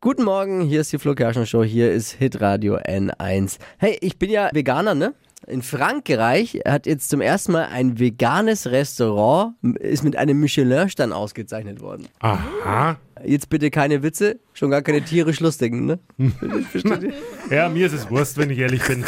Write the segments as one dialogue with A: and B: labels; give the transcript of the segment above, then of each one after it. A: Guten Morgen, hier ist die Flo Kerschner Show, hier ist Hitradio N1. Hey, ich bin ja Veganer, ne? In Frankreich hat jetzt zum ersten Mal ein veganes Restaurant ist mit einem Michelin-Stern ausgezeichnet worden.
B: Aha.
A: Jetzt bitte keine Witze, schon gar keine tierisch lustigen, ne?
B: Ja, mir ist es Wurst, wenn ich ehrlich bin.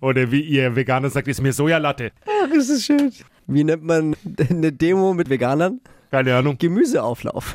B: Oder wie ihr Veganer sagt, ist mir Sojalatte.
A: Ach, ist das schön. Wie nennt man eine Demo mit Veganern?
B: Keine Ahnung.
A: Gemüseauflauf.